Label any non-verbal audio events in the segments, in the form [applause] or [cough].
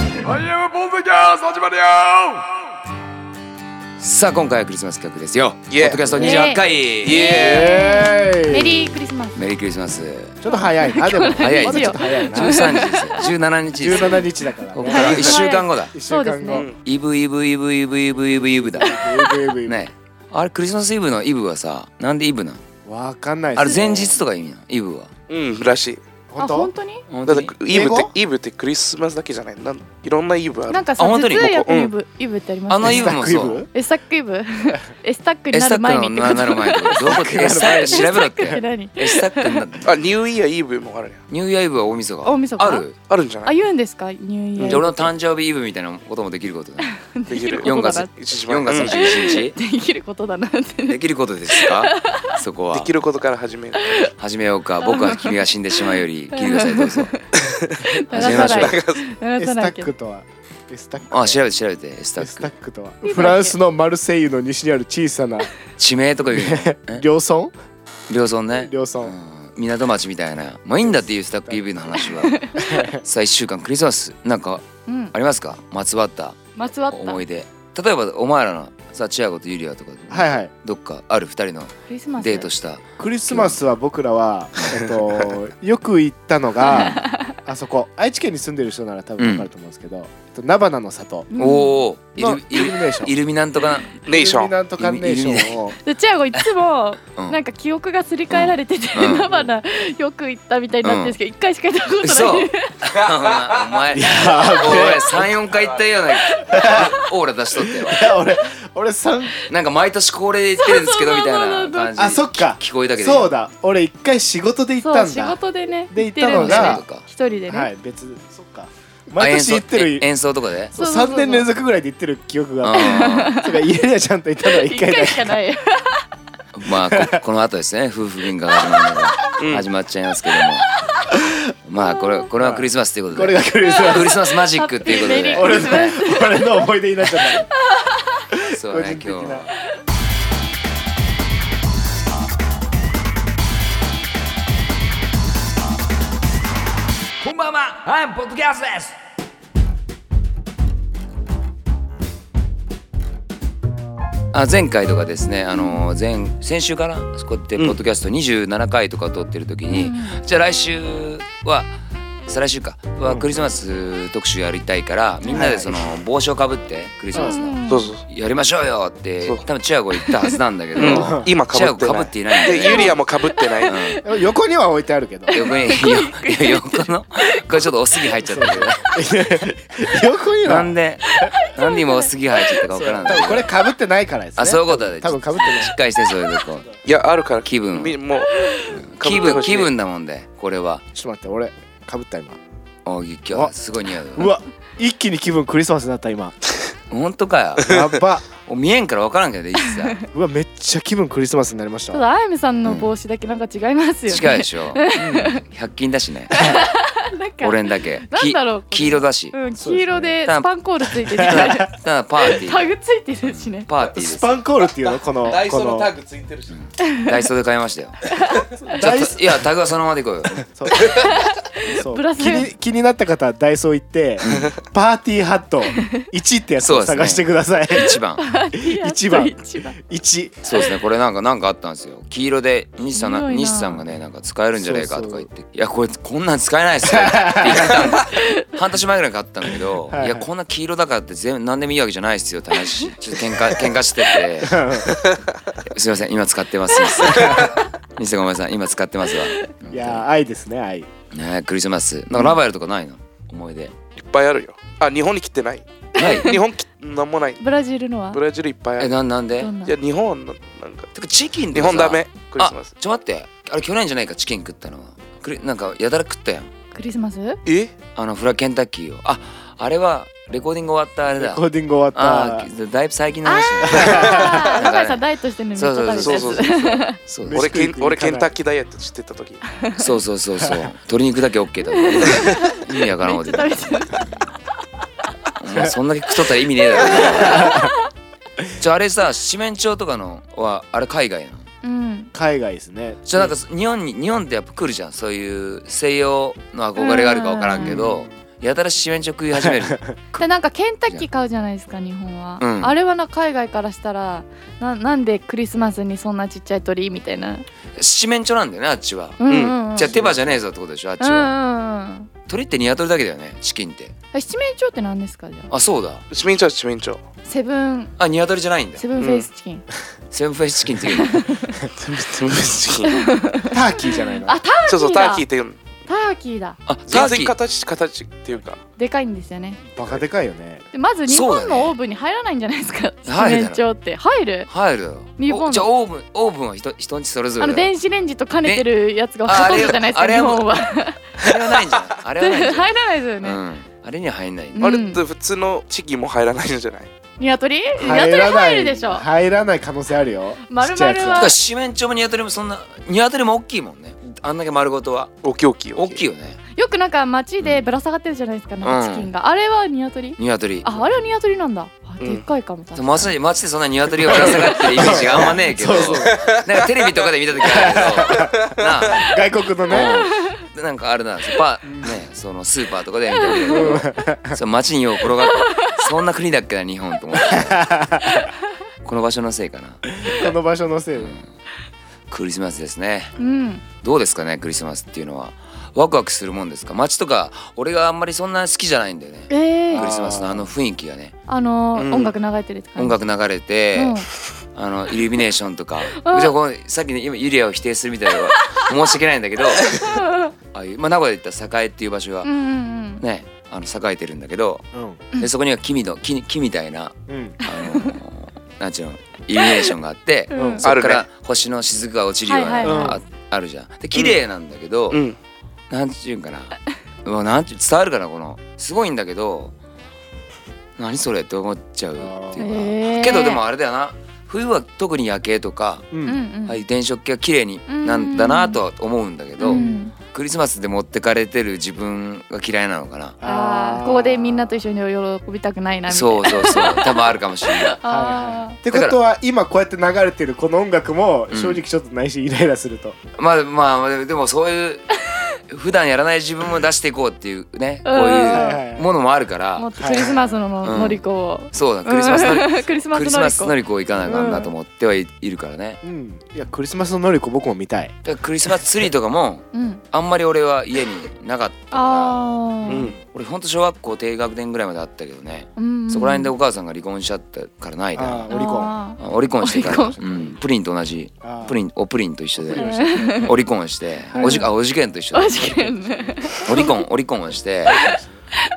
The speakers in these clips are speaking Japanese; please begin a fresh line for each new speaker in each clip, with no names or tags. ムポンセキャス始まるよさあ今回はクリスマス企画ですよ。ポ
イエー
ッドキャスト28回。
イ
エーイ
メリークリスマス。
メリークリスマス。
ちょっと早いなでも
早い
まだちょっと早いな
13日ですよ。17日ですよ。
17日だから
ここ
ね
から
はい
1週間後だ。
一週間後
そうですね
イブイブイブイブイブイブイブだ。
ブイブイブイ
ね。あれクリスマスイブのイブはさ、なんでイブなん？
わかんないっす
あれ前日とか意味なの？イブは。
うんらしい
あ
本当
本当に？
本
だ
当
って
に
イブっ
英語
てイブってクリスマスだけじゃないなんいろんなイブあ
なん
る
かさ、
あ本当
頭
に
痛いやつ
うん
イブイブってあります
あのイ
ス
ブ
タッ
も
クイ
そう。
ブ
エスタックイブ。エスタック
[laughs]
に
エ
な
スタッ
る
ク
前に
の
ってこと。
な
[laughs]
なる前ってこと。どこってエスタック調べろっ
エスタックって
て。
何？
エスタックになる。
あニューイヤーイブもあるね
ニューイヤーイブは大晦日。
大晦日
ある。
あるんじゃな
あ
い
言うんですか？ニューイヤ
じゃあ俺の誕生日イブみたいなこともできることだ。
できる
四
4
ことだ
月
一時前
4月
うん
21日。
できることだなってね。
できることです
[laughs]
かそこ
で
は
きることから始める
始めようか僕は君が死んでしまうよ
[laughs]
り聞いてくださいどうぞ
流
始めましょ
さ
う
ない。
エ
流
ス
さ
タ
ない
ッ
け
ク
ど。
とはエスタックとは
あ調べて調べてエスタ
エ
ッ
ス
ク
タックとは
ブだっけ
フランスのマルセイユの西にある小
[laughs]
さな
地名とか言うの
[laughs]
え
両村
両村ね
両村
うん港町みたいなまあいいんだっていうスタック EV の話は [laughs] さあ1週間クリスマスなんか
うん
あ。りますかまつわった
まつわった。
思い出例えばお前らのさあチアゴとユリアとか
はいはい
どっかある二人の
クリスマス。
デートした
クリスマスは僕らは、えっと、 [laughs] よく行ったのがあそこ愛知県に住んでる人なら多分分かると思うんですけど、えっと菜花の里
うん
おおイ
の
ル
イルミネーション
イルミなんとか
[laughs]
ネーション
なんとかネーションを
でチアゴいつも
な [laughs] うん
なんか記憶がすり替えられてて、
うん
ナバナよく行ったみたいになってるんですけど、一回しか行ったこと
そ [laughs]
な
う。
い。
お前、おい [laughs] 三四回行ったようなオーラ出しとったよ。
俺俺三
なんか毎年恒例で行ってるんですけどみたいな感じ。
あそっか
聞こえたけど。
そう。だ俺一回仕事で行った
そうん仕
だ
事でね
で
行ってるん
行った
だ
のが
一人でね、
はい別そっか
あ
毎
演
年
奏
行ってる
え演奏とかで。
そうそうそうそう
3年連続ぐらいで行ってる記憶があっ
う
たそうか家でちゃんと行ったのは1
一
回だ
回
け
しかない [laughs]
んまあこ [laughs] この後ですね夫婦喧嘩が始まるのが始まっちゃいますけども。まあこれこれはクリスマスということで。
これがクリスマス
クリスマスマジックっていうこと
ハッピーメ
で
リー。
俺の俺の思い出になっちゃっ
そ
た
う
個
ね
人的
今日
な。
こんばんは。はいポッドキャストです。あ前回とかですね、あのー前先週かなこうやってポッドキャスト27回とか撮ってる時に、じゃあ来週は再来週かはクリスマス特集やりたいから、みんなでその帽子をかぶってクリスマスの、
そうそうそう
やりましょうよって
そう
多分チアゴ言ったはずなんだけど、
うん今か
チ
ぶ
ア
っ
ゴ
て
か
な
ぶ
い
っていないんだよ
で
ね
ユリアもかぶってない
横には置いてあるけど
横によ横のこれちょっとおすぎ入っちゃったけど
横に
[laughs] な
は
んでなんで今おすぎ入っちゃったかわからん
多分これ被ってないからですね
あそういうことで
多分被ってない
しっかりしてそういうとこ
いやあるから
気分
みもう
気
被ってほ
分
しい
気分だもんでこれは
ちょっと待って俺被った今
あ今日すごい似合う
うわ一気に気分クリスマスになった今
本当かよ
やば
お見えんからわからんけどい
[laughs]
つさ
うわめっちゃ気分クリスマスになりました
ただあやめさんの帽子だけなんか違いますよね、
近いでしょ100均だしね
なんか
俺んだけ
なんだろう
き黄色だし
うん黄
そう
色で
ですね
スパンコールついてて
ただただパーティ
タ
ー
グついてる
[laughs]
しね
パーティーで
ス
す
パンコールっていうのこのこの
グついてるし
ダイソーで買いました
[laughs]
よちょ
ダイ
っ
ソ
といやタグはそのままでいこうよ
そうそう
ぶら下
気
げ
に気になった方はダイソー行ってパーティーハット1ってやつ
そう
を
ですね
探してください
一番
一番
一番
1
そうですねこれなんかなんかあったんですよ黄色で西さん
す
な
ごいな
西さんがねなんか使えるんじゃないかとか言って「いやこれこんなん使えないっすよ」って言ってたんです [laughs] 半年前ぐらいに買ったんだけど「
はいはい
いやこんな黄色だからって全部何でもいいわけじゃないっすよ」って話しちょっと喧嘩喧嘩してて「すいません今使ってます」西
[laughs]
さん「西さんごめんなさい今使ってますわ」
いやー愛ですね愛
ねえクリスマスなんかラバエルとかないの思い出
いっぱいあるよあ日本に来てない
[laughs]
ない
日本きなんもない
ブラジルのは
ブラジルいっぱいあ
え
る
ななんで
どんない
や日本のなんか
てかチキン
日
とか
本
さ
ダメクリスマス
あちょっと待ってあれ去年じゃないかチキン食ったのはクリなんかやたら食ったやん
クリスマス
え
あのフラケンタッキーをああれはレコーディング終わったあれ
レ
だ
コーディング終わ
あ
っ
ーだいぶ最近の話
あー
だ
中
から
井さんダイエットしてるのに
そ
め
う
っち
そう
ゃ食
そ
べ
うそうそ
てるや
う
つ
そう
飯
俺
食い
ケン
食い
俺
行かな
ケ
い
ンタッキーダイエットしてた時
そうそうそうそう鶏肉だけ OK だと意味わからんこと言
め
っ
ってちゃ食べてる
お前そんだけ食っとったら意味ねえだろじゃあれさ四面鳥とかのはあれ海外なの
うん
た海外ですね
じゃあなんか日本に日本ってやっぱ来るじゃんそういう西洋の憧れがあるかわからんけどやたら四面鳥食い始
[laughs]
める
でなんかケンタッキー買うじゃないですか日本は、
うん
あれはな海外からしたらななんでクリスマスにそんなちっちゃい鳥みたいな
四面鳥なんだよねあっちは。
うんうん、うん、
じゃあ手羽じゃねえぞってことでしょあっち
うんう
は。
んうん
鳥ってニワトリだけだよねチキンって。
え七面鳥って何ですかじゃあ
あそうだ。
七面鳥は七面鳥。
セブン
あニワトリじゃないんだ。
セブンフェイスチキン、
セブンフェイスチキンっていう
[laughs]
の。
全部全部チキン。
ターキーじゃないの
あ
そうそう、ターキーっていうの。
ターキーだ
あタ
全
ーキ
然
ー。
形形っていうか。
でかいんですよね
バカでかいよね
でまず日
そう
本
だね
のオーブンに入らないんじゃないですか七
入るだろ
面鳥って入る
入るだろ
日本
おじゃあオーブンオーブンは人人んちそれぞ
あ
れ
の
だよ
電子レンジと兼ねてるやつがほとんどじゃないです
あ
か
れ
日本は
あれはないん
[laughs]
じゃないあれはないんじゃない
入らないですよ
う
ね
んあれには入んない
うん
あれって普通のチキンも入らないんじゃない
ニワトリニワトリ入るでしょ
入らない可能性あるよ
丸々は
ちっちゃいやつ
だから四面鳥もニワトリもそんなニワトリも大きいもんねあんだけ丸ごとは
大きい大きい
大きいよね
よくなんか街でぶら下がってるじゃないですかなんかチキンがあれはニワトリ
ニワトリ
ああれはニワトリなんだあ
うん
でっかいかも確かに
まさに街でそんなニワトリがぶら下がってるイメージがあんまねえけど
そうそう
なんかテレビとかで見た時あるけどなあ
外国のね
うんなんかあれなんですよパねそのスーパーとかで見たけどそう街によう転がってそんな国だっけな日本と思ってこの場所のせいかな
この場所のせいで
クリスマスですね
うん
どうですかねクリスマスっていうのはワクワクするもんですか街とか俺があんまりそんな好きじゃないんだよね
え
ク
ー
リスマスのあの雰囲気がね
あの
うん
ー音楽流れてるって感じ
音楽流れて、
うん
あのイルミネーションとか
うん
じゃあこのさっきね今ユリアを否定するみたいなのは申し訳ないんだ
[laughs]
けどああいう、まあ、名古屋で言ったら栄っていう場所が
うんうんうん
ねあの栄えてるんだけど
うん
でそこには木みの木木みたいな
うん
あのなんちゅうのイルミネーションがあって
うん
うん
そこか
あ
ら星の雫が落ちるようなのが
はい
ああるじゃん。で綺麗なんだけど、
うん。
なんちゅうんかなうわなんちゅう伝わるかなこのすごいんだけど何それって思っちゃうっていうか、
へー
けどでもあれだよな冬は特に夜景とか、
う
うん
ん
うん
ああいう電飾が綺麗になんだなとは思うんだけど、
うん
クリスマスで持ってかれてる自分が嫌いなのかな
あーここでみんなと
緒
一緒に喜びたくないなみた
そ
いな
うそうそう多分あるかもしれない。
はいはい
あ
ってことは今こうやって流れてるこの音楽も正直ちょっと内心イライラすると、
まあまあでもそう
[laughs]
いう普段やらない自分も出していこうっていうねこういうものもあるか
ーもっ
ら
とクリスマスのの
うん
のりこを
そうだクリスマスの
うん [laughs] クリスマ
クリ
ス
ス
の
マ
り
ス
こ
のりこ行かなあかんなと思ってはいいるからね
うん、いやクリスマスの能力僕も見たい
だからクリスマスツリーとかも
うん
あんまり俺は家になかったから
あ
う
ー
ん。
俺ほんと小学校低学年ぐらいまであったけどね
うんうん
そこら辺でお母さんが離婚しちゃったからない
あ
な
ーオリコン
あー
あオリコンしてから、
オリ
コン
うん、プリンと同じ
あー
プリンおプリンと一緒
プリン
で
をしてくれ
オリコンして
うん
おじあおじけんと一緒だ
おじけんね
オリコンオリコンをして、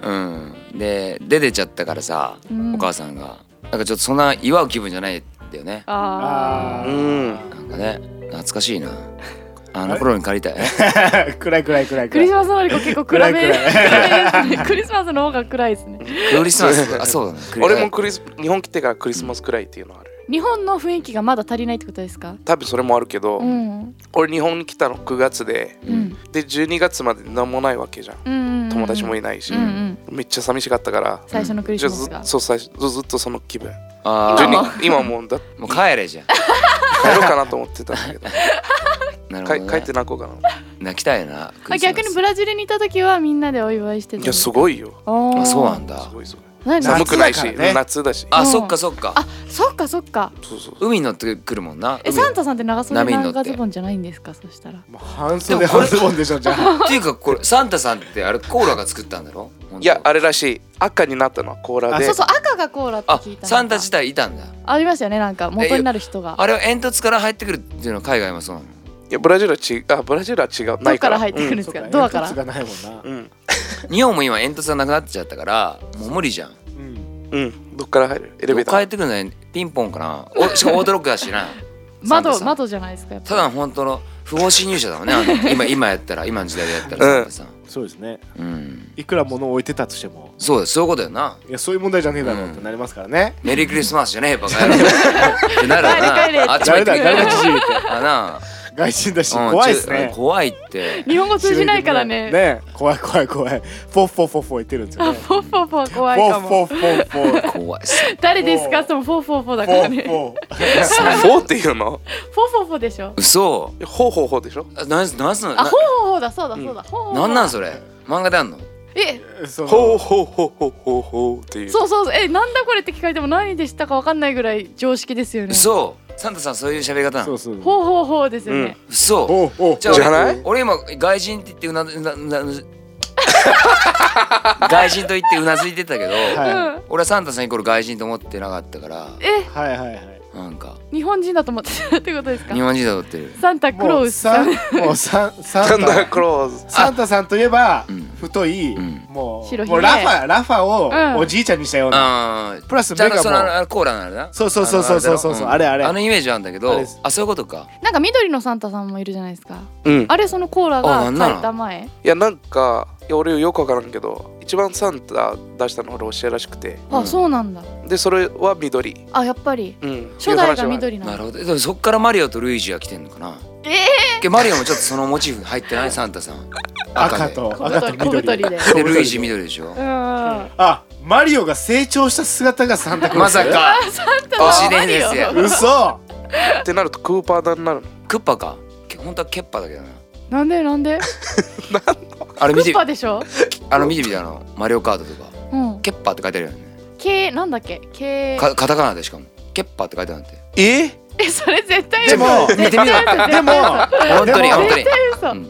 うん、で出てちゃったからさ、
うん
お母さんがなんかちょっとそんな祝う気分じゃないんだよね
あ
あ
ー
うん
なんかね懐かしいなあの頃に借り
[laughs]
たい
ー [laughs] 暗い暗い暗い
クリス
暗
マ
い
スのりこ結構暗め
暗
暗
い
いですね [laughs] クリスマスの方が暗いですね
クリスマスあそう
[laughs]
だねクリ
俺もクリス日本来てからクリスマスくらいっていうのある。
日本の雰囲気がまだ足りないってことですか
多分それもあるけど
う、ん
俺日本に来たの9月で、
うん
で12月まで何もないわけじゃん。
うん
友達も
い
いないし
うんう、ん
めっちゃ寂しかったから。
最初のクリ
じゃあ
スマス
ず
が
そう最初ずずっとその気分。
あ
今も
ー
12今もうだ
もう帰れじゃん
帰ろうかなと思ってたんだけど、
なるほど、
帰
ね、
帰って泣こうかな。
泣きたいなク
あ
リスマス
逆にブラジルにいた時はみんなでお祝いしてた
いやすごいよ。
あ
あ
そうなんだ
すごいすごい。
何
夏
寒くないし、
だからね
夏だし。
あ
うん
そっかそっか
あそっかそっか
そうそう。
海に乗ってくるもんな
え
海
サンタさんって長袖
波に乗って
長ズボンじゃないんですかそしたら
もう半袖半ズボンでし
[laughs]
ょじゃあ
っていうかこれサンタさんってあれコーラが作ったんだろ本当
いやあれらしい赤になったのはコーラ
あ
で
そうそう赤がコーラって
あ
聞いたの
サンタ自体いたんだ
ありましたよねなんか元になる人が
あれは煙突から入ってくるっていうのは海外もそうなの
いやブラジルは違うあブラジルは違う
ど
な
っ
いか
から
ら
入ってくるん
うん
ですか
そう
ドアから
煙突がないもんな
うん
日本も今煙突がなくなっちゃったからもう無理じゃん
うん
うんどっから入るエレベータ
どっか入っ
ー
てくるのにピンポンかなおしかもオートロックだしなサンタ
[laughs] 窓
さん
窓じゃないですかやっぱ
ただの本当の不法侵入者だもんねあ
[laughs]
の今今やったら今の時代でやったらサンタさん
そうですね
うん、
いくら物を置いてたとしても
そうだそういうことよない
やそういう問題じゃねえだろうってなりますからね、
メリークリスマスじゃねえバ
[laughs]
カ野郎ってなるわな
帰れ帰れ
あっちも行
誰
って
だ
く
誰だじじいって
あなあ、
外人だし
うん
[laughs] 怖いです
ち
ね
ょ怖いって
日本語通じないからね
ね怖い怖い怖いフォッフォッフォッフォ言ってるんですよね
フォフォフォ怖
フ
い
ォ
か
ッフォ
も
ッフォッフォッ
怖いっす
誰ですかそのフォフォフォだ
フ
から
ォ
ね
ッ
フ
フ
ォ
ォ
フォーっていうの
フォフォでしょ
嘘
ほうほうほうでしょ
あなんすなんす
あ
な
フォフォフォだそうだそうだフォフォフォ
なんなんそれ漫画であんの
ええ
そ
ほう
の
ほうほうほうほうほうっていう
そうそうそうえなんだこれって聞かれても何でしたかわかんないぐらい常識ですよね
そうサンタさんそういう喋り方な
そ
の
うそう
ほうほうほうですよね、
そう
ほうほう
じゃあ
じゃない
俺今外人って言ってうなうなうな [laughs] 外人と言ってうなずいてたけど、
う
はい
ん
俺はサンタさんイコール外人と思ってなかったから
え
はいはいはい
なんか
日本人だと思ってたってことですか
日本人だと思ってる
サンタクロー
もう
スさ
サ
ん
ンもうサンサ
サン
ン
タ
タ
クローズ
サンタさんといえば
うん
太い
うん
もう
白ひげ
もうラファラファ
うん
をおじいちゃんにしたような
あー
プラス
じゃ
目
あそのあの
が
あのコーラのあれな
そうそうそうそうそうそうそう
の
あれあれ
あのイメージなんだけ
あれ
ど
です
あそういうことか
なんか緑のサンタさんもいるじゃないですか
うん
あれそのコーラ
あな
が
んなの
書いた前
いやなんかいや俺よくわからんけど一番サンタ出したのはロシアらしくて
う
あ
ん
そうなんだ
でそれは緑、
あやっぱり
うん、
初代
っていう話
が
は
緑な
なる
の
ほどでもそっからマリオとルイージが来てんのかな
え
えマリオもちょっとそのモチーフ入ってないサンタさんで
赤と
ー
赤と
小太り
緑
で
でルイージ緑でしょ
うんサ
あマリオが成長した姿がサンタクロー
ま
ス
さか
ンタさん
都市伝説や
マリオ
嘘
ってなるとクーパーだになるの
クッパかけ本当はケッパだけどな
なんでなんで
あれ
ク
見て
ッパでしょ
あの見てみたいなマリオカートとか
うん
ケッパーって書いてあるよね
けなんだっけけ
かカタカナでしかもケッパーって書いてあるなんて
え
えそれ絶対
でも
嘘
見てみろ
絶対嘘
でも
[laughs] 本当に
でも
本当に
嘘
うん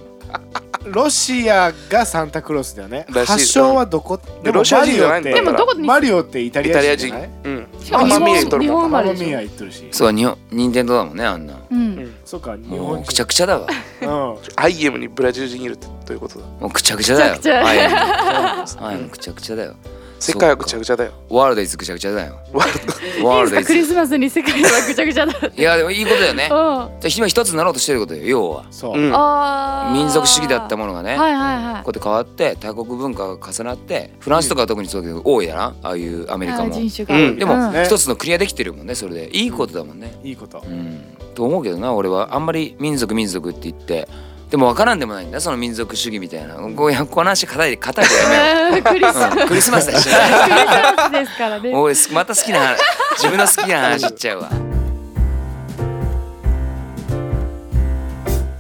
ロシアがサンタクロースだよね
らしい
発祥はどこで
ロシア人じゃないんだ
でもどこに
マリオってイタ
イ
リ
タリ
ア
ア
人じ
人
ゃない
うん
しかも日
ママミア
本
行っとる
日本生ま
マ
れ
マ
で
ミ
し
ア
ょ
言ってるし
そう任任天堂だもんねあんな
うん
そうか日
もう
本
くちゃ
人
くちゃ
[laughs]
だわ
うん
アイエムにブラジル人いるってどういうことだ
もうくちゃくちゃだよ
くちゃくちゃ
ゃはいもうくちゃくちゃだよ
世界はぐちゃぐちゃだよ
ワールドイズぐちゃぐちゃだよ
わ
[laughs] ワー
い
ル
い
ド
です
イ
かクリ
ズ
スマスに世界はぐちゃぐちゃだって
いやでもいいことだよね
うんあ
じゃあ今一つになろうとしてることよ要は
そううん
あー
民族主義だったものがね
はいはいはい
こうやって変わって多国文化が重なってフランスとかは特にそうだけど多いやなああいうアメリカ
あ
も
ー人種が、
うん
で
う
も
ん
ね
一つのクリアできてるもんねそれでいいことだもんね
いいこと
うんと思うけどな俺はあんまり民族民族って言ってでも分からんでもないんだその民族主義みたいなこういやこの話硬いで硬いでやめよ
えー [laughs] クリスマス
う、うん、クリスマスだし
ク [laughs] リスマスですからね
おいすまた好きな話自分の好きな話言っちゃうわ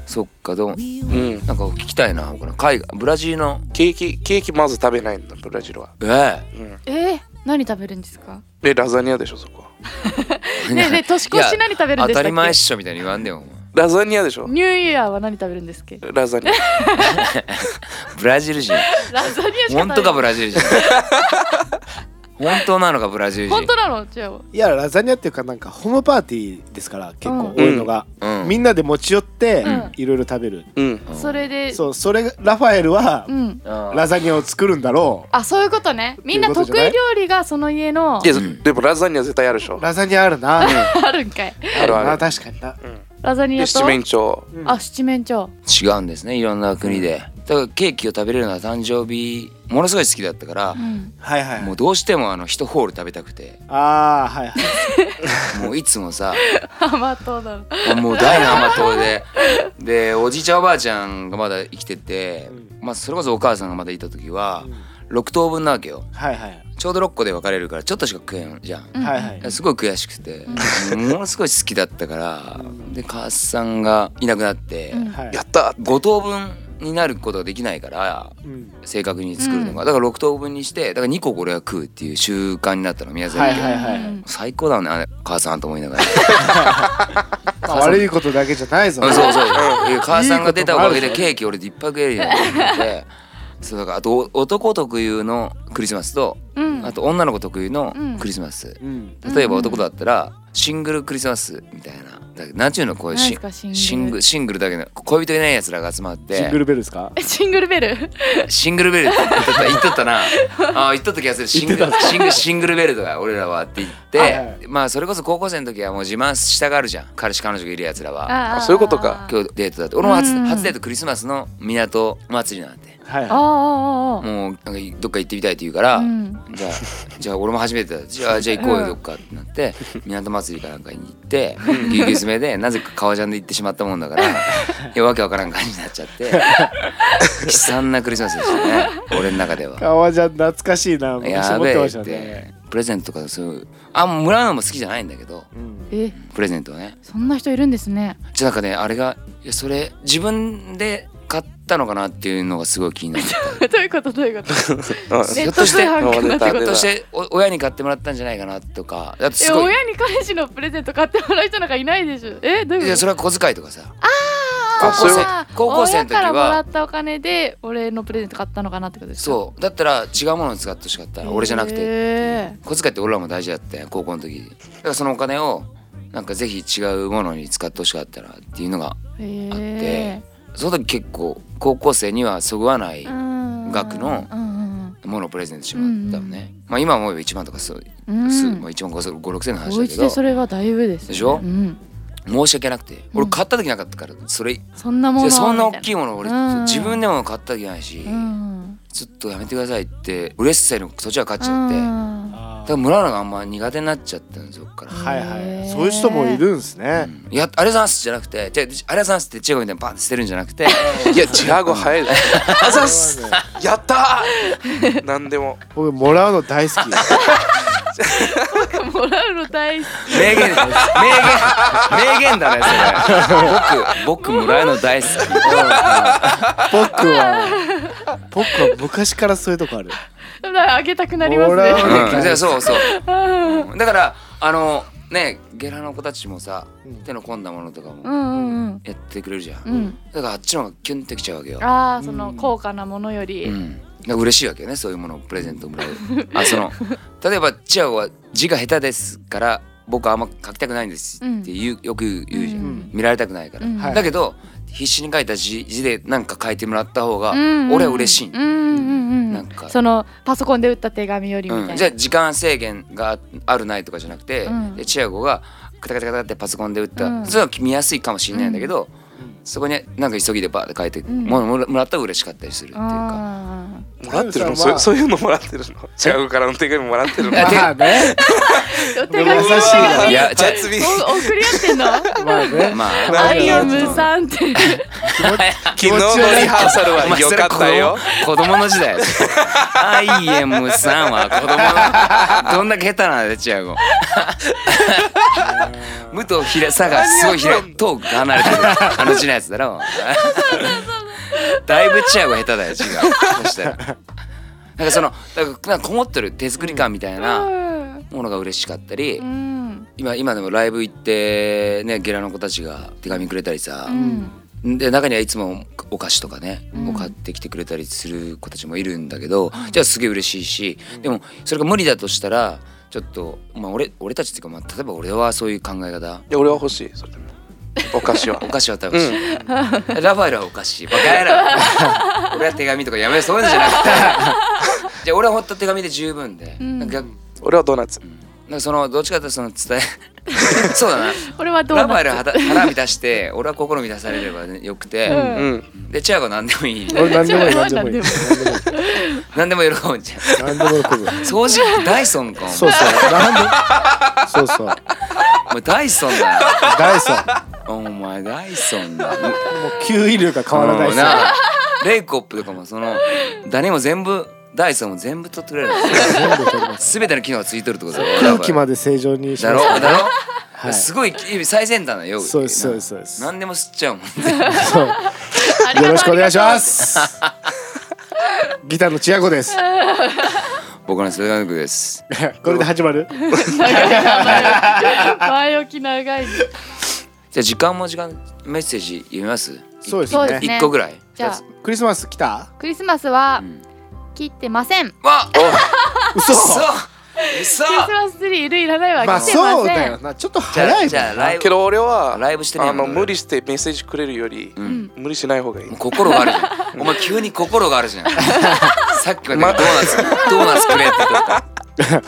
そっかどう
うん
なんか聞きたいな他の海外ブラジルの
ケーキケーキまず食べないんだブラジルは、
ええ
うん、
えー、何食べるんですか
でラザニアでしょそこは
ねえねえ年越し何食
当
べるんでしたったけ
り前っしょみたいに言わんでよお前
ラザニアでしょ
ニューイヤーは何食べるんですっけ
ラザニア
ブラジル
[laughs]
人
ラザニアしか食べない
本当かブラジル
[laughs]
人本当なのかブラジル人
本当なのじゃあ
いやラザニアっていうかなんかホームパーティーですから結構多いのが
うん
みんなで持ち寄って
うん
いろいろ食べる
うん
うん
それで
そうそれがラファエルは
うん
ラザニアを作るんだろ
あそういうことねみんな
っていう
得
ことじゃない
意料理がその家の
いや、
うん
でもラザニア絶対あるでしょ
うラザニアあるなあ
あるんかい
るある
な確かにな
ラザニ
で
アと
七面鳥
うん
あ七面鳥
違うんですねいろんな国でだからケーキを食べれるのは誕生日ものすごい好きだったから
う、ん
はいはい
もうどうしてもあの一ホール食べたくて
ああはいはい
もういつもさ [laughs]
甘党だ
もう大の甘党ででおじいちゃんおばあちゃんがまだ生きてて、まあ、それこそお母さんがまだいた時は
うん
6等分なわけよ
はいはい
ちょうど6個で分かれるからちょっとしか食えんじゃん。
うん
はいはい
すごい悔しくて、ものすごい好きだったから、で母さんがいなくなって、
うん
はい
やった
5等分になることができないから
うん
正確に作るのが、だから6等分にしてだから2個これは食うっていう習慣になったの宮崎家、
はいはいはい
うん
最高だねあれ母さんと思いながら
まあ悪いことだけじゃないぞ
そうそうそう母さんが出たおかげ
い
で
いこともあ
ケ
る
ーキ俺いっぱい食えるようになってそうだからあとお男特有のクリスマスと、
うん
あと女の子特有のクリスマス、
うん
例えば男だったらシングルクリスマスみたいなだからなんちゅうのこういう
何
シ
ですかシング
シングル
ル
シングルだけの恋人いないやつらが集まって
シングルベルですか
えシングルベル
シングルベルって言っとった言っとったなあー言っとった気がするシングルシングルシングルベルとか俺らはって言って、
はいはい
まあそれこそ高校生の時はもう自慢したがるじゃん彼氏彼女がいるやつらは
あー
そういうことか
あー
今日デートだって俺も初,、
うん
初デートクリスマスの港祭りなんて
はいはい
あーあーあー
もうなんかどっか行ってみたいって言うから、
あーうん
じゃあじゃあ俺も初めてだじゃあじゃあ行こう
う
よ
ん
どっかってなって港祭りかなんかに行ってぎゅうぎゅう詰めでなぜか革ジャンで行ってしまったもんだからいやわけわからん感じになっちゃって悲惨なクリスマスでしたね俺の中では。
革ジャン懐かしいな昔持
や
っ
べ
て
え
ま
っ
したね
てプレゼントとかそういうあもうもらうのも好きじゃないんだけど
うん
え
プレゼントはね
そんな人いるんですね
じゃあなんかねあれがいやそれ自分で買ったのかなっていうのがすごい気に
[laughs]
なる
どういうことどういうこと
うん
ひ
ネ
ょ
ッ
っと
ト
し
通
て
販かなって
ひ
こ
ょっ
と
としてお親に買ってもらったんじゃないかなとかだって
え
すごい
親に彼氏のプレゼント買ってもらう人なんかいないでしょえどう
い
いう
やそ
こと
れは小遣いとかさ
あそういうこ
あー
高校生の時は
親からもらったお金で俺のプレゼント買ったのかなってことですか
そうだったら違うものに使ってほしかったら俺じゃなくて
て
小遣いって俺らも大事だって高校の時だからそのお金をなんかぜひ違うものに使ってほしかったらっていうのがあって
へ
その時結構高校生にはそぐわない
え額
額の
うん
ものをプレゼントしてもらったのね、まあ今思えば1万とかそう、
うんうん
す
う
まあ、
ん
1万5 6千の話
お
だ
家で
け
そ
ど
れはだいぶですね
でしょ
うん
申し訳なくて
うん
俺買った時なかったからそれ、
そんなもの
そんな大きいもの俺
うん
自分でも買った時ないし、
うん
ちょっとやめてくださいって嬉しさのそっちが勝っちゃって、だ
あ
から村野があんま苦手になっちゃったんですよそっから。
はいは
へ
い
ー
そういう人もいるんですね、
いや、ありがとうございますじゃなくて、じゃあ、ありがとうございますって、チェゴみたいにパンって捨てるんじゃなくて、
いや違うご早いですあざっす
これはね
やったー何でも
僕もらうの大好き
ーもらうの大好
名言、名言、名言だね、それ。僕、僕、村井の大好き。
僕は僕は昔からそういうとこある
きだからあげたくなります
もらう
ね
うん、じゃあそうそう。うんだから、あの、ね、ゲラの子たちもさ
うん、
手の込んだものとか
う
も
んうん
やってくれるじゃ。
うんん
だから、あっちの方がキュンってきちゃうわけよ。
ああその高価なものより
うん。だから嬉しいわけよね、そういうものをプレゼントもらう。あ、その、 [laughs] 例えば、チアゴは字が下手ですから、僕はあんま書きたくないんですって言うよく言うじゃん
う。
ん
見られたくないから、
うんはい
だけど必死に書いた字字でなんか書いてもらった方が
うんうん
俺は嬉しい、
うんうんうん
なんか
そのパソコンで打った手紙よりみたいな、
うんじゃあ時間制限がああるないとかじゃなくて、
うん
で千ゴがカタカタカタってパソコンで打った、
うん
それは見やすいかもしれないんだけど、
うん
そこになんか急ぎでバーって書いて、
うん
もうもらもらったら嬉しかったりするっていうか。
あ
もらってるの
さん
そ
は
そういうのもらってるの違うからの手紙もらってるの
え
あ
手
まあね
ーお手
で
紙
も
を
優しい
いやじゃあ
厚み
お送り合ってん [laughs] の
まあね
まあ
アイア
ム
ムさんって
昨日のリハーサルは
お前
良
それ
かったよ
子供子供の時代や IM さんは子供のどんだけ下手なんだ
[laughs]
チアゴ武藤ひらさがすごいひら遠く離れてるあの時のやつだろだいぶチアゴ下手だよ違うそしたらなんかそのだからなんかこもってる手作り感みたいなものが嬉しかったり、
うん
今今でもライブ行ってねゲラの子たちが手紙くれたりさ、
うん
で中にはいつもお菓子とかね、
うん
を買ってきてくれたりする子たちもいるんだけど、じゃあすげえ嬉しいし、でもそれが無理だとしたらちょっと、まあ、俺俺たちっていうか、まあ、例えば俺はそういう考え方
いや俺は欲しいそれでもお菓子は
お菓子は食べし、 [laughs] ラファエルはお菓子バカやろ俺は [laughs] 手紙とかやめろそういうんじゃ
[laughs]
なくてじゃあ俺はほんと手紙で十分で、
うん
なんかなん
俺はドーナツ
かそのどっちかというとその伝
[laughs]
えそうだな
俺はどう
ラファ
な
エルはた [laughs] 腹満たして俺は心満たされれば、ね、よくて、
うん
うん
でチアゴは何でもいい
俺何でもいい何でもいい
何でも喜ぶんじゃん
何でも喜ぶ
掃除機ダイソンかお前
そうそうなんでそうそう
お前ダイソンだ
ダイソン
よお前ダイソンだ
もう吸引力が変わらない
うん
です
なあレイコップとかもその誰も全部ダイソンも全部取ってくれる
全部取ります
すべての機能がついてるってことだよ
空気まで正常にし
だ
ます
ろだろ、
はい
すごい最先端だよ
そうですそうですそうです
何でも吸っちゃうもんね
そうよろしくお願いしますギターの千夜子です
僕のセガクです
これで始まる
前置き [laughs] 長いね
じゃあ時間も時間メッセージ読みます
そうです
そうです
ね
ね
一個ぐらい
じゃあ
クリスマス来た
クリスマスは
ん
切ってませんク
わっ
嘘
そう嘘
リスマスツリーいるいらない
ま
は
あ
切ってま
そうだ
せ
よ
ん
なちょっと
じゃ
早
あ
い
じゃあ
もんな
ライ
け
ブ
ど俺は
ライブしてねえ
あ
も
の
ん
無理してメッセージくれるより
うん
無理しない方がいい
もう心があるじゃん。お前急に心があるじゃん。さっきまでドーナツ、ドーナツくれって言って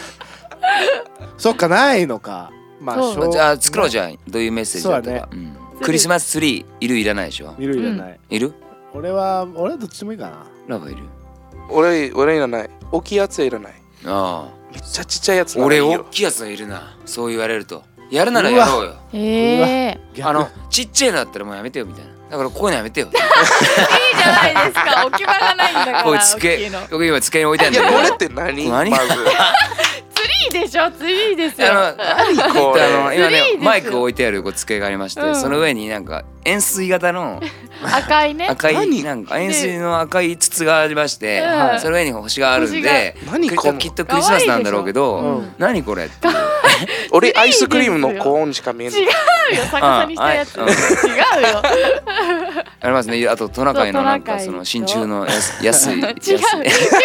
そっかないのかまあ
そう
しょ
た。
う
じゃあ作ろうじゃん。どういうメッセージだった
そうだ
か。うんクリスマスツリーいるいらないでしょ。
見るいらない
いる？
俺は俺はどっちでもいいかな
ラバいる。
俺俺いらない大きいやつはいらない
あ
めっちゃちっちゃいやつ
あ。
ならいい
俺
よ
大きいやつがいるな。そう言われると。やるならやろうよ。
ええ
逆
あのちっちゃいのだったらもうやめてよみたいな。だからこういうのやめてよ。
いいじゃないですか置き場 [laughs] がないんだから
こういう
大き
机
いの、
僕今机に置いてある
い
んだ
や
けど
これって何
何
まず
いいでしょツリーですよ
あの
こ
であの今
ツリーです
ね
よ
マイク置いてあるこう机がありまして、
うん
その上になんか円錐型の
赤いね
赤い
何
なんか円錐の赤い筒がありまして、
うん
その上に星があるん
星が
で
何
きっ
ことの
きっとクリスマスなんだろうけど、
可愛いでしょ
うん何これっていう
俺アイスクリームのコーンしか見えない
違うよ逆さにしたやつ
うん
違
はいう
よ
ありますねあとトナカイのなんか
そ
そ
うトナ
の
カイと
真鍮の安安い安
[laughs] 違う
い
結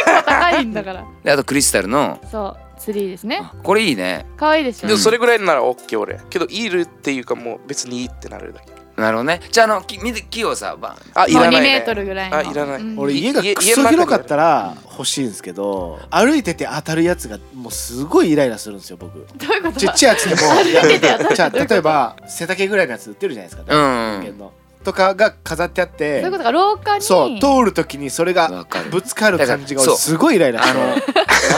構高いんだから
であとクリスタルの
そうツリーですね
あこれいいね
可愛いでしょ
でもそれぐらいならオッケー俺けどいるっていうかもう別にいいってなるだけ
なるほどねじゃああの木木をさバン
あい
もう
らな
2
い
メー
ね
トルぐらいの
あいらない
うん
俺家が
家
クソ広かったら欲しいんですけど歩いてて当たるやつがもうすごいイライラするんですよ僕
どういうこと
ちっちゃいやつでも
[laughs]
いやじゃあ例えば背丈ぐらいのやつ売ってるじゃないですか、
うん
人間のとかが飾ってあっ
そういう
て
ことか廊下に
そう通る時にそれが
わかる
ぶつかる感じが
だからそう
俺すごいイライラ
あ
する
のな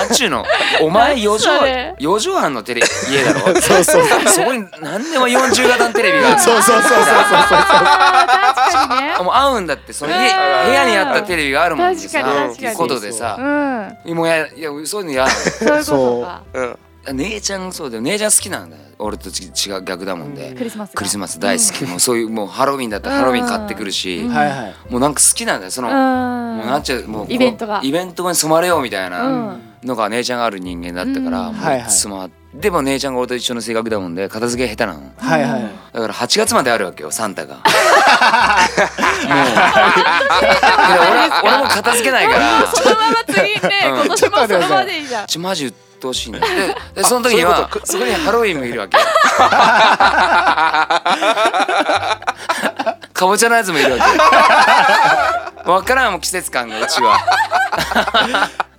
んちゅうのお前
何
4
それ
畳四畳半のテレビ家だろ
そうそうそう
そこに何でも40型のテレビがある
そうそうそうそう
あー確かにね
もう合うんだってその家
うん
部屋にあったテレビがあるもんで
確
さ
か
に
っ
確
てい
か
う
に
ことで
う
さ
ん
もうやいやそういうのやだ
そういうこと
う
か
ん
[laughs] 姉ちゃんそうだよ姉ちゃん好きなんだよ俺とち違う逆だもんで、
うん
クリスマスが
クリスマス大好き、もうそういうもうハロウィンだったら
うん
ハロウィン買ってくるし、
うん
はいはい
もうなんか好きなんだよその、
う
もうんなんちゃうもうこう
イベントが
イベントに染まれようみたいな、
うん
のが姉ちゃんがある人間だったから、
うん
も
はいうはい
つまでも姉ちゃんが俺と一緒の性格だもんで片付け下手なの
はいはい
だから8月まであるわけよサンタ
[laughs]
がもうけど俺は俺も片付けない
[laughs]
から
そのまま釣りね今年もそのままでいいじゃん
ちマジ鬱陶しいん [laughs] だよででその時にはそこにハロウィンもいるわけ [laughs] よかぼちゃのやつもいるわけわからんもん季節感がうちは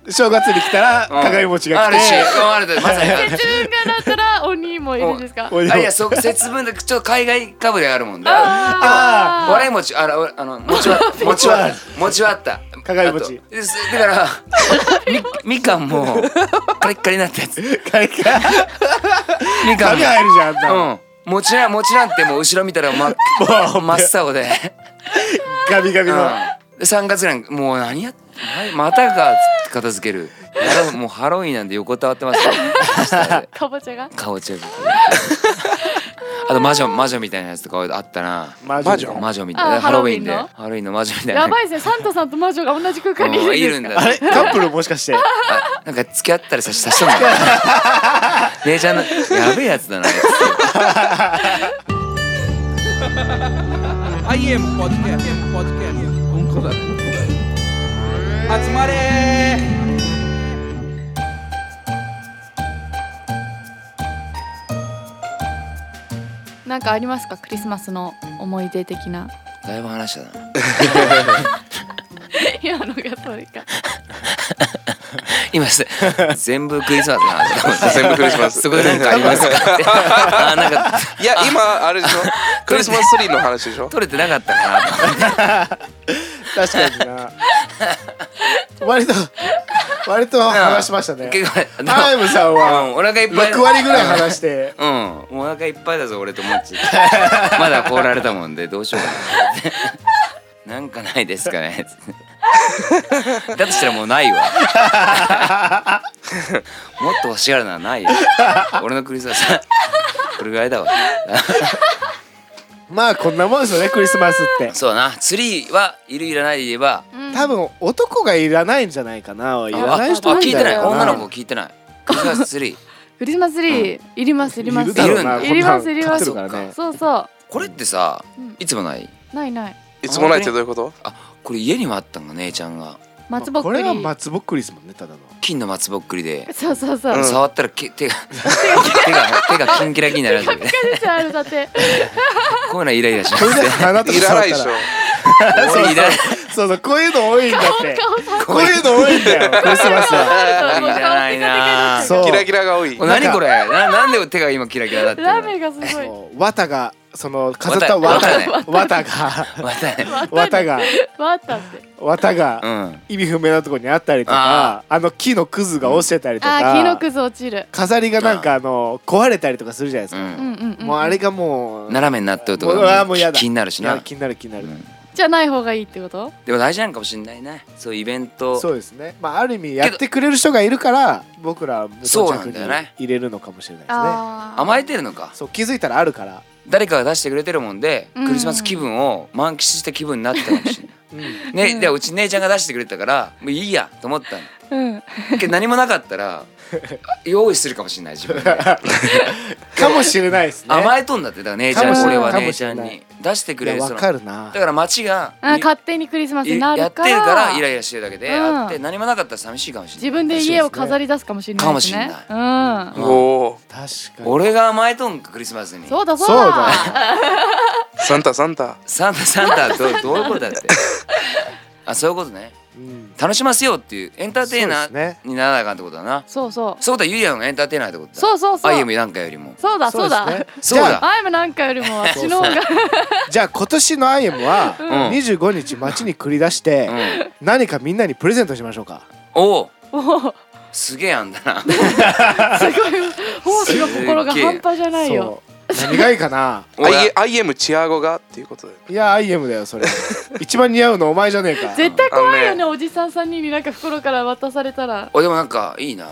正月に来たら
うん
鏡餅が
あ
来
るしう
て
んあるまさにある
節分がだったら鬼もいるんですか
[laughs] おいおい
あいやそう節分でちょっと海外かぶれあるもんで
あー
笑い餅あらあの餅 [laughs] は餅は餅はあった
鏡餅
あとですだからみみかんもカリッカリになったやつみかん
髪入るじゃんあんなの
もうん餅な餅なんてもう後ろ見たら真っ
もう
真っ青で、
ガビガビ
う
の
ん、で3月ぐらいにもう何やままたかっつって片付けるハロもうハロウィンなんで横たわってますよ下で
かぼちゃが
顔ちゃうあと魔女魔女みたいなやつとかあったな
魔
魔女
魔女みたいな
あ
ハロウィンで
ハロウ
ハロウ
ィンの
ィンの魔女みたいな
やばいですねサンタさんと魔女が同じ空間に
うん
い
い
る
る
ん
ん
で
だ
すか
あれカップルもしかして
あなんか付き合ったりさした人なんだ
[laughs]
姉ちゃんのやべえやつだなあ
I
いつ
am podcast. I am podcast. 集まれ
なんかありますかクリスマスの思い出的な
だいぶ話したな
今のがそうか
[laughs]
今す全部クリスマスの話だもんね
全部クリスマス
そこでなんかあります
[laughs]
かってあなんか
いや今あれでしょクリスマスツリーの話でしょ
取れてなかったかなと思って
確かにな割と割と話しましたね
結構でも
アイムさん
うん、
は
お腹いっぱい
6割ぐらい話して
うんお腹いっぱいだぞ俺と思っちゃってまだ凍られたもんでどうしようかなってなんかないです
[laughs]
かねつってだとしたらもうないわもっと欲しがるならないよ俺のクリスマスこれぐらいだわ
まあこんなもんですよねクリスマスって
そうだなツリーはいるいらないで言えば
多分男がいらないんじゃないかない
あ
らない人
あ
多
聞
ん
い
じ
て
ゃ
ない
か
女の子聞いてないクリスマスツリー [laughs]
クリスマスツリーいりますいりま
い
す
るだろう
い
な
る
いりますいります
こんなの買ってるからね
そうそ
これってさ
うん
いつもないう
ないない
いつもないってどういうこと
あこれ家にもあったんか姉ちゃんが
松ぼっ
こ
く
れ
り
は松ぼっくりですもんねただの
金の松ぼっくりで
そうそうそう
うん
触ったらけ手が [laughs] 手が手がキンキラキンになるや
[laughs]
つで
ピカピカですよあれだって
こう [laughs] いうのイライラしま
これ
す
だ
ね
って花とか
いらないでし
触ったら
ょ
俺イライ
そうそうこういうの多いんだってこういうの多いんだ
[laughs]
よクリスマスは
ラいらないな
そう
キラキラが多い
お何これななんで手が今キラキラだってんの
ラーメンがすごい
そう綿がその飾った
綿
綿
ね
綿が
またね
綿が
わったって
綿
う
が
ん
意味不明なとこにあったりとかあの木のくずが落ちてたりと
あ
か
ー木のくず落ちる
飾りがなんかあの壊れたりとかするじゃないです
う
か、
うん
ん
うんうん
もうあれがもう
斜めになっとると
もううわ
か
もうやだ
気になるし
い
な
や気になる気になる、
うん
じじゃない方がいいってこと
でも大事なのかもしれないねそういうイベント
そうですねまあある意味やってくれる人がいるから僕らは無
そう
頓
な
着
ん
に
だよね
入れるのかもしれないですね
ああ
甘えてるのか
そう気づいたらあるから、
誰かが出してくれてるもんで
うん
クリスマス気分を満喫した気分になったかもしれない。
うん、
ね、
[laughs] うん
でうち姉ちゃんが出してくれたからもういいやと思ったの
うん
けど何もなかった
[laughs]
ら用意するかもしれない自分で
かもしれないですね
甘えとんだってだから姉ちゃ
かもし
ん
れな
俺
い
は姉ちゃん
かもし
に出してくれ
い
る
や
そ
わ
の
か
だ
るな
から街が
あ
い
勝手にクリスマスにな
や
る
っ
から
てるからイライラしてるだけで
うん
あって何もなかったら寂しいかもしれ
自
ない
分で家を飾り出すかもしれないですね
かもし
うん
うん
おお
確かに
俺が甘えとんかクリスマスに
そうだそう
そう
だ
だ
サンタサンタ
サンタサン
[laughs]
タどうどういうことだってあそういうことね
よ、うん、
楽しませようっていうエンターテイナ
そうで
ー
すね
にならなあかんってことだな
そうそう
そうだゆりやんがエンターテイナーってことだ
そうそうそう
あゆみなんかよりも
そうだそう
です
だ
ね
そうだ
じゃあ
アイムなんかよりもあっちの方が
じゃあ今年の IM は
うん
25日街に繰り出して
うん
何かみんなにプレゼントしましょうか
おお
もう
すげえあんだな
[laughs] 奉仕の心が半端じゃないよ
そう何がいいかな
俺
I- IM チアゴがっていうことで
いや IM だ
[laughs]
よそれ一番似合うのお前じゃねえか
絶対怖い
あ
よ
のね
ねおじさん3人になんか袋から渡されたら
おでもなんかいいな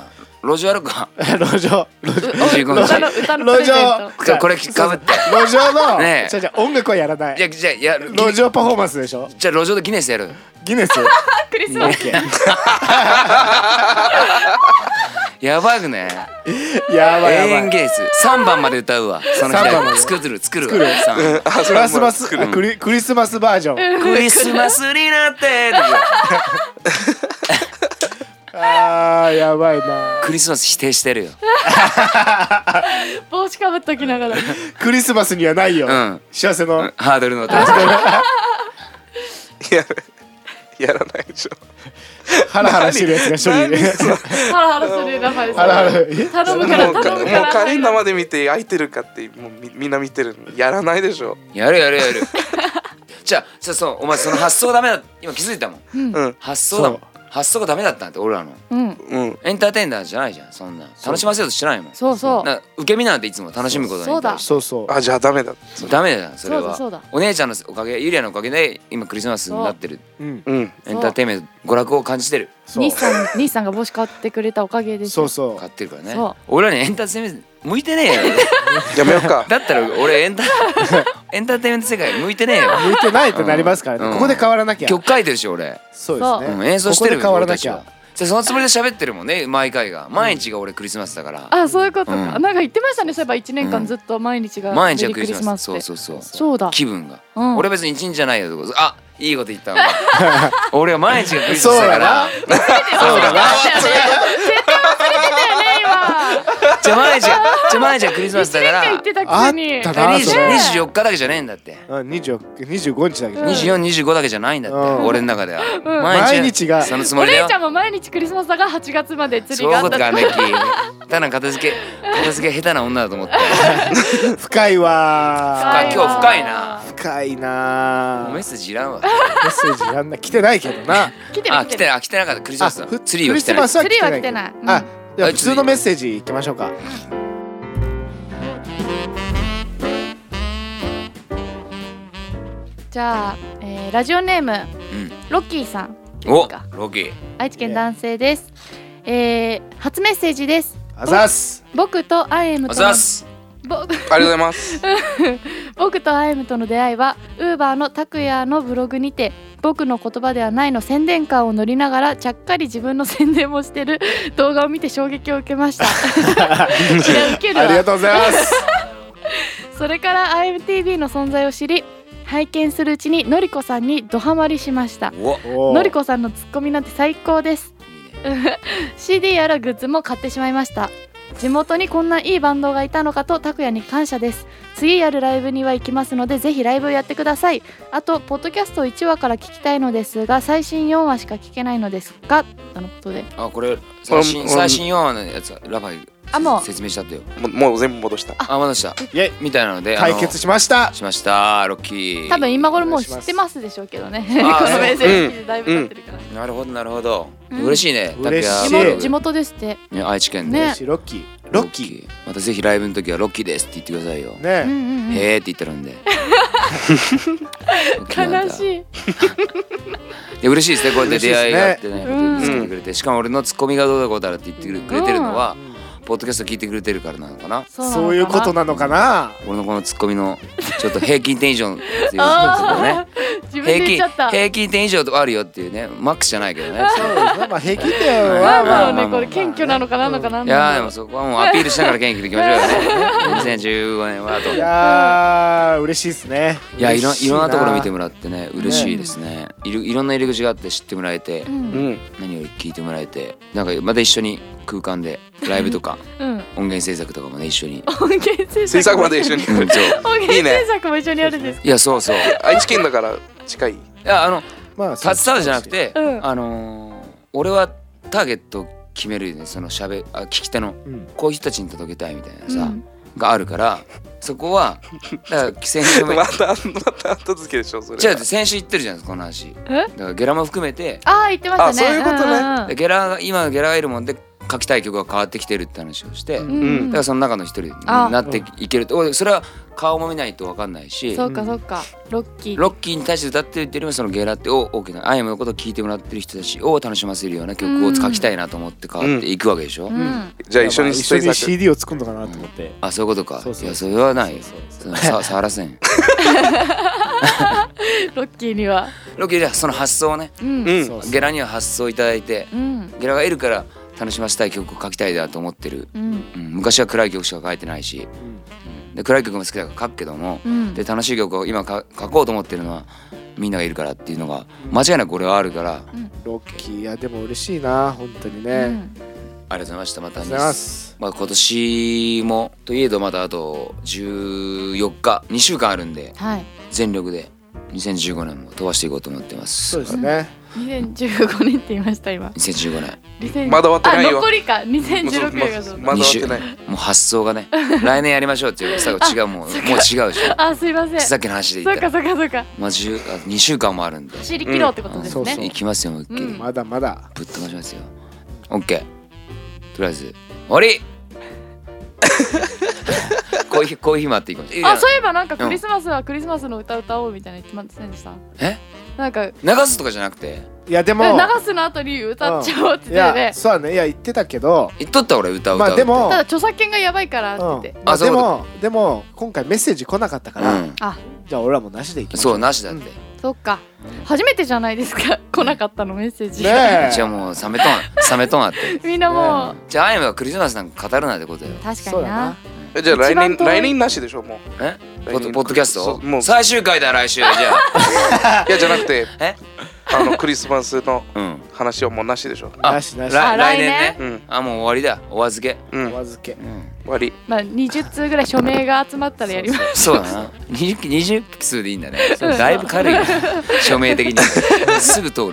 路上やろうか
[laughs] 路上路上
25
歌の
日
歌のプレ
路
ゼン
じゃあこれか
ト
上
ぶって
路上の
ねえ
じゃあじゃあ音楽はやらない
じゃあじゃあやる
路上パフォーマンスでしょ
じゃあ路上でギネスやる
ギネス
クリス
オ
マス
ッケー
やばくね
やば
永
いやば
遠
い
ゲース3番まで歌うわその日
三番ま
だけ
で
作る作るわ三
あ
ク
それ
ラ
は
ス
もう
マスあクリクリスマスバージョン
クリスマスになって
あーやばいな
クリスマス否定してるよ
帽子かぶっときながら
クリスマスにはないよ
うん
幸せの
ハードルの高さ
いややらないでしょ
ハラハラしてるやつが処理
何そ
[laughs]
の
ハラハラするラファエル
ハラハラ
さん頼むから
もうか
頼
も
む
う
から
カレンダーまで見て空いてるかってもうみみんな見てるのやらないでしょ
やるやるやるじゃあそうそうお前その発想ダメだ今気づいたもん
うん
発想だもん
そ
発想がダメだったんだって俺らの
うん
うん
エンターテイナーじゃないじゃんそんな
そう
楽しませようとしてないもん
そうそう
な受け身なんていつも楽しむことに対して
そうそう
あじゃあダメだ
ダメだよそれは
そうだそうだ
お姉ちゃんのおかげゆりアのおかげで今クリスマスになってる
うん
うん
エンターテインメント娯楽を感じてる
そう
兄さん兄さんが帽子買ってくれたおかげです
そうそ
買ってるからね
そう
俺らにエンターテインメント向いてねえよ
やめようか
だったら俺エンタ [laughs] エンターテインメント世界向いてねえよ
う向いてないってなりますから
うん
ねここで変わらなきゃ
曲書いてるし俺、
そうです
うん、
ね
演奏してるよ
ここで変わら
俺
な
た
き
ち
ゃ
はでそのつもりで喋ってるもんね毎回が毎日が俺クリスマスだから、
あそういうことか、
うん
なんか言ってましたねそういえば1年
う
間
ん
ずっと毎日が
毎日
メ
が
リ
クリ
ー
スマス
って
そうそうそう
そうだ
気分が、
うん
俺別に一日じゃないよとかあいいこと言ったわ俺は毎日がクリスマスだから
そうだな絶対忘れてたよね今
じゃあ毎日がじゃあ毎日がクリスマスだか
1
ら
年間言ってたくせに
あった
二
な
十
それ
二十四日だけじゃねえんだって。
うん24 25日だけど
うん
二十四、二十五だけじゃないんだって、
うん
俺の中では。
毎日が
そのつも
お
りだ
姉
よ
ち。ゃんも毎日クリスマスだが8月まで釣
そ
り
う
が
いう
あ
こ
った
と
と
がねき。ただ片付け、片付け下手な女だと思って。
深いわ
深い今日深いな
深いな
もう
あ
メ
メ
ッ
ッ
セージいらんわ。
セージやんな来てないけど
[laughs]
な
来てる
あ、
来
来
て
て
る
ない、あ来てなかった、クリスマスだ
ふ。
ツリーを来て
ク
な
リ
い
ス。マスは来てない
ツリーは来てない
あじゃあ
あ
普通のメッセージいきましょうか
じゃあ、えーラジオネーム
うん
ロッキーさん
お、ロキ。
愛知県男性です、えー、初メッセージです
あざっす
僕とアイエム
お
と
ざ
の
っす。
ぼ
ありがとうございます
僕とアイムとの出会いはウーバーの拓也のブログにて僕の言葉ではないの宣伝感を乗りながらちゃっかり自分の宣伝もしてる動画を見て衝撃を受けまし
[laughs]
たいや受ける
ありが
わ
とうございます
それから IMTV の存在を知り拝見するうちにのりこさんにドハマりしました
お。い
おー
のりこさんのツッコミなんて最高です [laughs]
いね
CD やらグッズも買ってしまいました地元にこんないいバンドがいたのかと拓也に感謝です次やるライブには行きますのでぜひライブをやってくださいあとポッドキャストを1話から聞きたいのですが最新4話しか聞けないのですがとのことで
あ、これ、最新、
うん
最新4話のやつ、ラファエル
あもう
説明したってよ。
ももう全部戻した
あ、戻した。
イエイ
みたいなので。あの
解決しました
しました、ロッキー。
多分今頃もう知ってますでしょうけどね [laughs] こ
あ
のメッセージでだいぶ経ってるから、
なるほどなるほど、
うん
嬉しいね
嬉し
拓
い
地
也
元地元ですって、
ね愛知県で、
ね
ロッキーロッキ
またぜひライブの時はロッキーですって言ってくださいよ、
ーね
うんうんうん
へーって言ってるんで
悲し
い
い
や嬉しいですねこうやって出会いがあってね
嬉しいですね
作ってくれてしかも俺のツッコミがどうだこうだって言ってくれてるのはポッドキャスト聞いてくれてるからなのかな
そ
そういうこと
な
なのかな
俺のこのツッコミのちょっと平均点以上っていう
のかな
ね
あー自分で
平
言っちゃっ
均
た
平均点以上とかあるよっていうねマックスじゃないけどね
そうですねまあ平均点
は
は
まあ
まあ
ね
まあ
これ謙虚なのかなんのかなん
いやーで
な
もそこはもうアピールしながら元気でいきましょう
[laughs]
よね2015年はあと
いやー嬉しいですね
いやいろんいろんなところ見ても
も
らってね嬉しいですねいるいろんな入り口があって知ってもらえて
うん
う
うん
ん
何より聞いてもらえてなんかまた一緒に空間でライブと [laughs] か音源制作とかもね一緒に
音源制作
制作まで一緒に
[laughs]
うんそう
音源制作も一緒にやるんです
いやそうそうい
愛知県だから近い
やあの
まあ
携わるじゃなくて、
うん
あのー俺はターゲットを決めるよねそのしゃべあ聞き手の
うん
こういう人たちに届けたいみたいなさ、
うん
があるからそこはだから先週
[laughs]
も
またまた後付けでしょそれ
違う先週言ってるじゃないですかこの話
え
だからゲラも含めて
ああ言ってましたね
あそういうことね
でゲラが今ゲラがいるもんで書きたい曲が変わってきてるって話をして、
う
だ
んうんうん
からその中の一人になっていけると俺それは顔も見ないと分かんないし
そうかそうかロッキー
ロッキーに対して歌ってるっていうよりもそのゲラってを大きなアイアムのことを聴いてもらってる人たちを楽しませるような曲を書きたいなと思って変わっていくわけでしょ、
うん
じゃあ一緒に
一緒
制作
に CD を作るのかなと思って
あそういうことか
そうそう
いやそれはない
そうそう
そのさ触らせん
ロッキーには
ロッキーではその発想をね
うん
うん
そうそう
ゲラには発想をいただいて
うん
ゲラがいるから楽しませたい曲を書きたいなと思ってる、
うん
うん、昔は暗い曲しか書いてないし、
うん
うんで暗い曲も好きだから書くけども、
うん
で楽しい曲を今か書こうと思ってるのはみんながいるからっていうのが間違いなく俺はあるから、
ロッキーいやでも嬉しいな本当にね、
う
あり
あり
ん
がとうございましたまた
がとうございます
まあ今年もといえどまだあと14日2週間あるんで
はい
全力で2015年も飛ばしていこうと思ってま
そう
す
ですね、
2015年って言いました今
2015年
2000
まだ終わってないよ
あ残りか2016
ま
年がそう
まだ終わってない
もう発想がね [laughs] 来年やりましょうっていう最後違うもうもう違うでしょ
あすいません
さ
そ
っきの話で言
う
った
からそうかそうか
まあ10あ2週間もあるんで
走り切ろうってこと
うん
です
そうそう
ね
行きますよもう一気
う
に
ん
まだまだ
ぶっ飛ばしますよ OK とりあえず終わりこういう日こういう日もあっていいかもしれない
あそういえばなんかクリスマスはクリスマスの歌歌おうみたいな言ってませんでした
え
なんかえ
流すとかじゃなくて
いやでも
流すの後に歌っちゃおうって
い
言って
や
ね
そうだねいや言ってたけど
言っとった俺歌を歌
ま
うっ
あ
て
でも
ただ著作権がやばいから
うん
って言って
ま
あ
あ、
そうい
で
うこ
もでも今回メッセージ来なかったから、
うん
あ
じゃあ俺らもなしでいきましょ
そううなしだって、
そっか初めてじゃないですか [laughs] 来なかったのメッセージ
ねえ
じゃあもうサメとんサメとんあって
みんなもう
じゃああやめはクリスマスなんか語るなってことよ
確か
そう
に
だ
な
な
えじゃあ来
一番
年
遠い
来年なしでしょもう
えポ
来
ッド
年
ポッドキャス
そう
ト
もう
最終回だ来週じゃ
いやじゃなくて
え
[laughs] あのクリスマスの
あうん
話はもうなしでしょ
あ
なしなし
ら
あ
来
来
年
年
ね
うん
あもう終わりだお預け、
うん
お
終
預け
わり
まあ20通ぐらい署名が集まったらやります
そうだな 20, 20数でいいんだねだいぶ軽いな署名的にすぐ通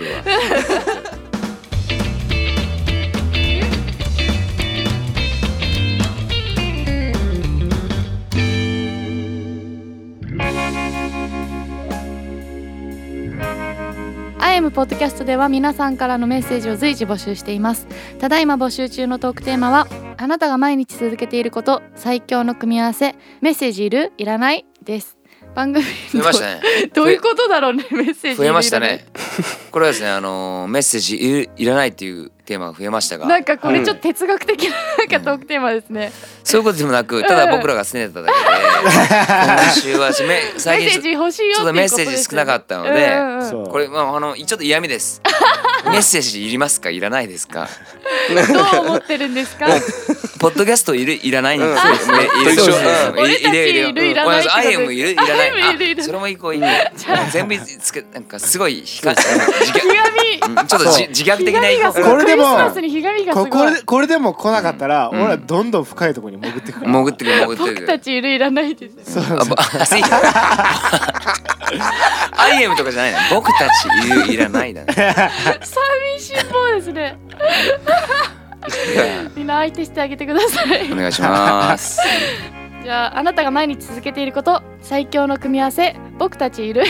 るわ
アイムポッドキャストでは皆さんからのメッセージを随時募集していますただいま募集中のトークテーマはあなたが毎日続けていること最強の組み合わせメッセージいるいらないです番組
増えましたね
どういうことだろうねメッセージ
増えました
いるい
ねこれはですねあのーメッセージいるいらないっていうテーマが増えました
らないな
が
んかこれちょっと哲学的ななんかトークテーマですね、
そういうことでもなくただ僕らが拗ねてただけで今週はめ最
メッ
近
セージ欲しいよ
ち
って
ょ
い
っメッ
うこととです
セ
ね
ージ少なかったので
うんうん
そう
これまああのちょっと嫌味ですメッセージいりますかいらないですか
どう思ってるんですか
ポッドキャストいるいらないんです
うん
ねいる
そう
そうです
うん
いる
俺たちいるいらないってこと
ア
で
イ
す
エムいるいらない
I am いる
あ
いらない
それもいい子いいね全部つけなんかすごい悲観自
ひ
虐
がみ
うんちょっと
そう
じ自虐的
ひがみ
な
がすごい
これで
ク
も
リスマスにひがみがす
こ
ごい
これこれでも来なかったら、
ん
俺らどんどん深いところに潜ってくる、
潜ってくる潜って
僕
く
た
る
ちいるいらないです
そう
あぼ [laughs] アイエムとかじゃないの僕たちいるいらないだね
寂しいもんですねみんな相手してあげてください
お願いします
じゃああなたが毎日続けていること最強の組み合わせ僕たちいる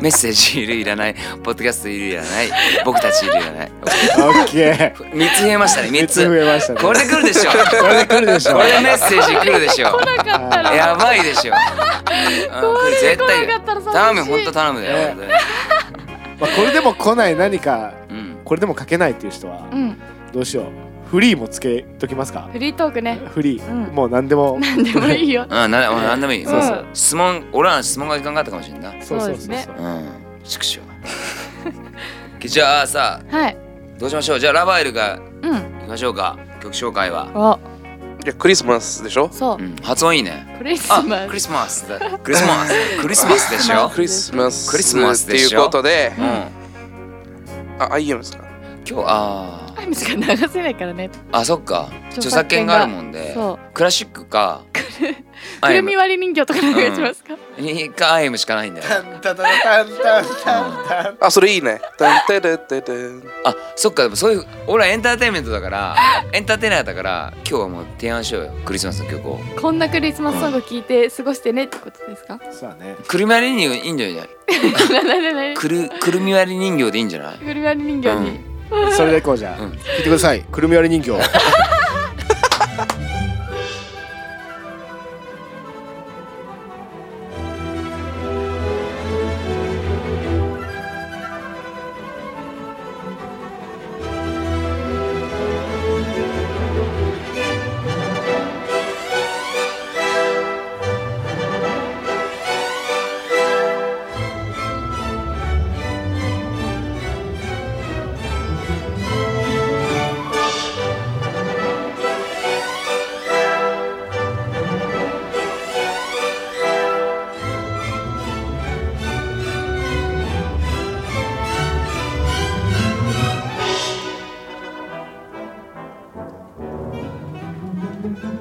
メッセージいるいらないポッドキャストいるいらない僕たちいるいらない
オッケー
3つ増えましたね3
三つ
つ
増えました
[laughs]
ね
これで来るでしょ
これで来るでしょ
これでメッセージ来るでしょ
来なかった
[laughs]
ら
やばいでしょ [laughs] うん
これで
絶
来な
対
かったら
頼む
寂しい
本当頼むだよ、本当に
まあ、これでも来ない何か
うん
これでも書けないっていう人は
うん
どうしようフリーもつけときますか
フリートークね
フリー、
うん
もう何でも
なんでもいいよ
うん、ななんでもいい、
そうそう
うん質問俺らの質問がいかんかったかもしれんな
そうそうそうそう
そうです
うん畜生 [laughs] じゃあさ
はい
どうしましょうじゃあラバエルが
うん
行きましょうか曲紹介は、
お
いやクリスマスでしょ
そう
うん、発音いいね
クリス
あ
マス
クリスマスだクリスマ [laughs] スクリスマスでしょ
ク
クリスマス
クリスマス
って
で
い
し
う
ょ
ことで
うん
あ IM ですか
今日あ
タイムしか流せないからね
ーあそっか著
著
作
作
権
権
が
が
あるもんで
そう
クラシック
[laughs]
か
くる
IM
み割り人形とか流しますか
にか IM しかないんだよ、
タンタタタンタンタンタン
あそれいい
[laughs]
ねタンテレテテン
あそっかでもそういう俺はエンターテインメントだからエンターテイナーだから今日はもう提案しようよクリスマスの曲を
こんなクリスマスソング聞いて過ごしてねってことで
[laughs]
す [laughs] か
そうだね
くるみ割り人形いいんじゃない
なななな
くるくるみ割り人形でいいんじゃない
くるみ割り人形
う
に
それでいこうじゃあ、
うん
聞いてくださいくるみ割り人形
「